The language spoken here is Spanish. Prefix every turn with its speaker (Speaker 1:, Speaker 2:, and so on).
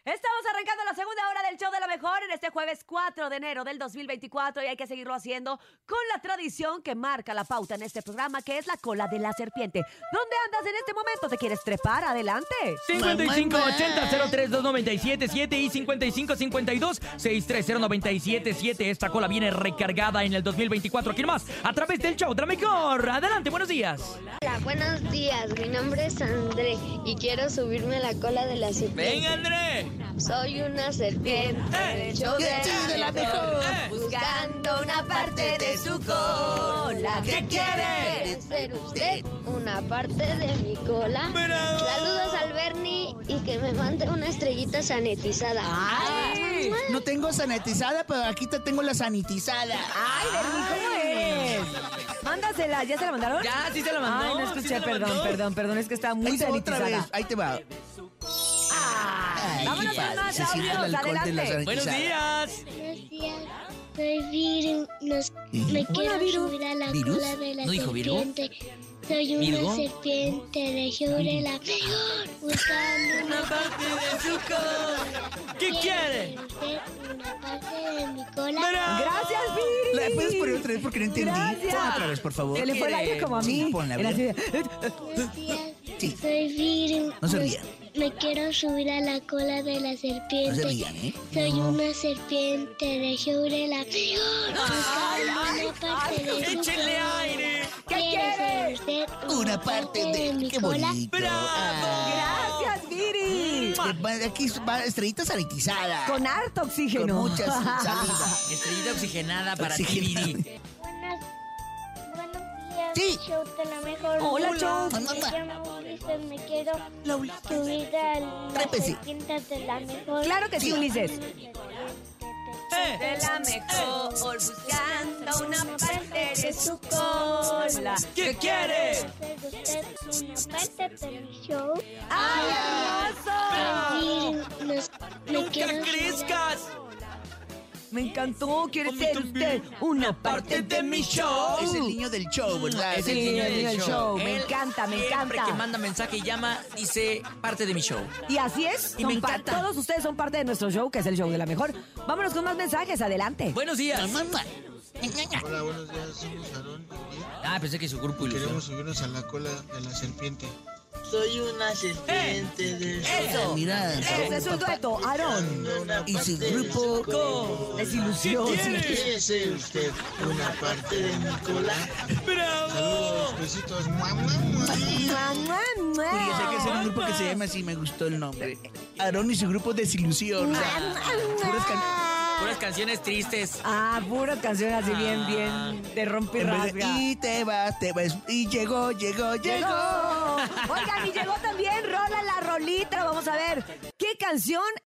Speaker 1: Estamos arrancando la segunda hora del show de la mejor en este jueves 4 de enero del 2024 y hay que seguirlo haciendo con la tradición que marca la pauta en este programa que es la cola de la serpiente. ¿Dónde andas en este momento? ¿Te quieres trepar? Adelante.
Speaker 2: 5580-032977 y 5552-630977. Esta cola viene recargada en el 2024. ¿Quién más? A través del show de la mejor. Adelante, buenos días.
Speaker 3: Hola, buenos días. Mi nombre es André y quiero subirme a la cola de la serpiente.
Speaker 2: Venga, André.
Speaker 3: Soy una serpiente del show de, la mejor. Buscando una parte de su cola.
Speaker 2: ¿Qué quiere?
Speaker 3: ¿Quiere ser usted una parte de mi cola?
Speaker 2: ¡Bravo!
Speaker 3: Saludos al Bernie y que me mande una estrellita sanitizada.
Speaker 1: Ah. ¡Ay!
Speaker 4: No tengo sanitizada, pero aquí te tengo la sanitizada.
Speaker 1: ¡Ay, Berni, ¿cómo eres? Mándasela, ¿ya se la mandaron?
Speaker 2: Ya, sí se la mandó.
Speaker 1: Ay, no
Speaker 2: sí
Speaker 1: escuché,
Speaker 2: se la
Speaker 1: perdón,
Speaker 2: mandó.
Speaker 1: perdón, perdón, es que está
Speaker 4: Ahí
Speaker 1: muy
Speaker 4: te va otra vez,
Speaker 1: sanitizada.
Speaker 4: ahí te va. Ay,
Speaker 1: Vámonos
Speaker 4: padre,
Speaker 1: con más
Speaker 4: se siente el
Speaker 1: audios,
Speaker 4: alcohol de la
Speaker 1: adelante.
Speaker 2: Buenos
Speaker 4: sanitizada.
Speaker 2: días.
Speaker 5: Buenos días, soy Viru. Nos- me quiero subir a la
Speaker 4: ¿Virus?
Speaker 5: cola de la
Speaker 2: ¿No dijo Virgo?
Speaker 5: serpiente. Soy una
Speaker 2: ¿Virgo?
Speaker 5: serpiente de sobre la mejor. Buscando una
Speaker 2: parte de su cola. ¿Qué quiere?
Speaker 5: una parte de mi cola.
Speaker 2: ¡Bravo!
Speaker 1: Gracias, Viri.
Speaker 4: ¿La puedes poner otra vez porque no entendí?
Speaker 1: Gracias.
Speaker 4: Pon otra vez, por favor.
Speaker 1: Se le fue el aire como a
Speaker 4: Sí,
Speaker 1: mí.
Speaker 4: ponla,
Speaker 1: Era
Speaker 4: Viri.
Speaker 1: así de-
Speaker 5: Buenos días,
Speaker 4: Sí.
Speaker 5: soy Viru.
Speaker 4: No se
Speaker 5: Nos-
Speaker 4: rían.
Speaker 5: Me quiero subir a la cola de la
Speaker 4: No se
Speaker 5: serpiente.
Speaker 4: rían, ¿eh?
Speaker 5: Soy una serpiente de sobre la mejor. Buscando una parte de su
Speaker 2: ¡Échenle aire!
Speaker 1: ¿Qué
Speaker 5: ¿Quiere ser usted
Speaker 4: Una parte de... ¡Qué
Speaker 5: cola?
Speaker 4: bonito!
Speaker 2: ¡Bravo!
Speaker 4: Ah,
Speaker 1: Gracias, Viri.
Speaker 4: eh, Aquí va estrellita sanitizada.
Speaker 1: Con harto
Speaker 4: Con
Speaker 1: oxígeno.
Speaker 4: mucha saliva.
Speaker 2: Estrellita oxigenada para ti,
Speaker 4: Oxigenada.
Speaker 2: Viri.
Speaker 5: Buenos, buenos días,
Speaker 4: Sí.
Speaker 5: show de la mejor.
Speaker 1: Hola, show.
Speaker 4: Mamá.
Speaker 5: Me llamo Ulises, me quiero subir a la
Speaker 4: Trépese.
Speaker 5: serpiente de la mejor.
Speaker 1: Claro que sí,
Speaker 4: Sí.
Speaker 1: Ulises.
Speaker 2: ¡Eh!
Speaker 1: De la mejor, buscando una parte de su cola.
Speaker 2: ¿Qué quiere?
Speaker 5: Ser Este usted una parte del show.
Speaker 1: ¡Ay, hermoso!
Speaker 5: Sí, nos- me
Speaker 2: ¡Nunca
Speaker 5: quiero
Speaker 2: crezcas!
Speaker 1: Me encantó, quiere ser usted una parte de mi show.
Speaker 4: Es el niño del show, ¿verdad?
Speaker 2: Es el
Speaker 1: Sí,
Speaker 2: niño
Speaker 1: Oh. el niño
Speaker 2: del
Speaker 1: del
Speaker 2: show.
Speaker 1: show. Me
Speaker 2: Él
Speaker 1: encanta, me
Speaker 2: siempre
Speaker 1: encanta.
Speaker 2: que manda mensaje y llama, dice parte de mi show.
Speaker 1: Y así es,
Speaker 2: Y me
Speaker 1: son pa-
Speaker 2: encanta.
Speaker 1: todos ustedes son parte de nuestro show, que es el show de la mejor. Vámonos con más mensajes, adelante.
Speaker 2: Buenos días.
Speaker 4: Mamá.
Speaker 6: Hola, buenos días, somos Aarón y Uriel.
Speaker 2: Ah, pensé que su grupo ilusión.
Speaker 6: Queremos subirnos a la cola de la serpiente.
Speaker 7: Soy una serpiente de
Speaker 2: Eso.
Speaker 4: Eh, Mira.
Speaker 1: Ese es un dueto, Aarón.
Speaker 4: Y su grupo...
Speaker 1: Desilusión.
Speaker 7: ¿Quiere ser usted una parte de mi cola?
Speaker 6: Saludos, besitos. Mua, mua, mua.
Speaker 1: Mamá,
Speaker 4: Oye, sé que es
Speaker 1: mamá.
Speaker 4: un grupo que se llama así, me gustó el nombre. Aarón y su grupo Desilusión. o sea, puras can-
Speaker 2: Puras canciones tristes.
Speaker 1: Ah, puras canciones así bien, bien de romper
Speaker 4: Ah. en vez de, y te vas, te vas. Y llegó, llegó,
Speaker 1: Llegó.
Speaker 4: llegó.
Speaker 1: Oigan, y llegó también Rola la Rolita. Vamos a ver qué canción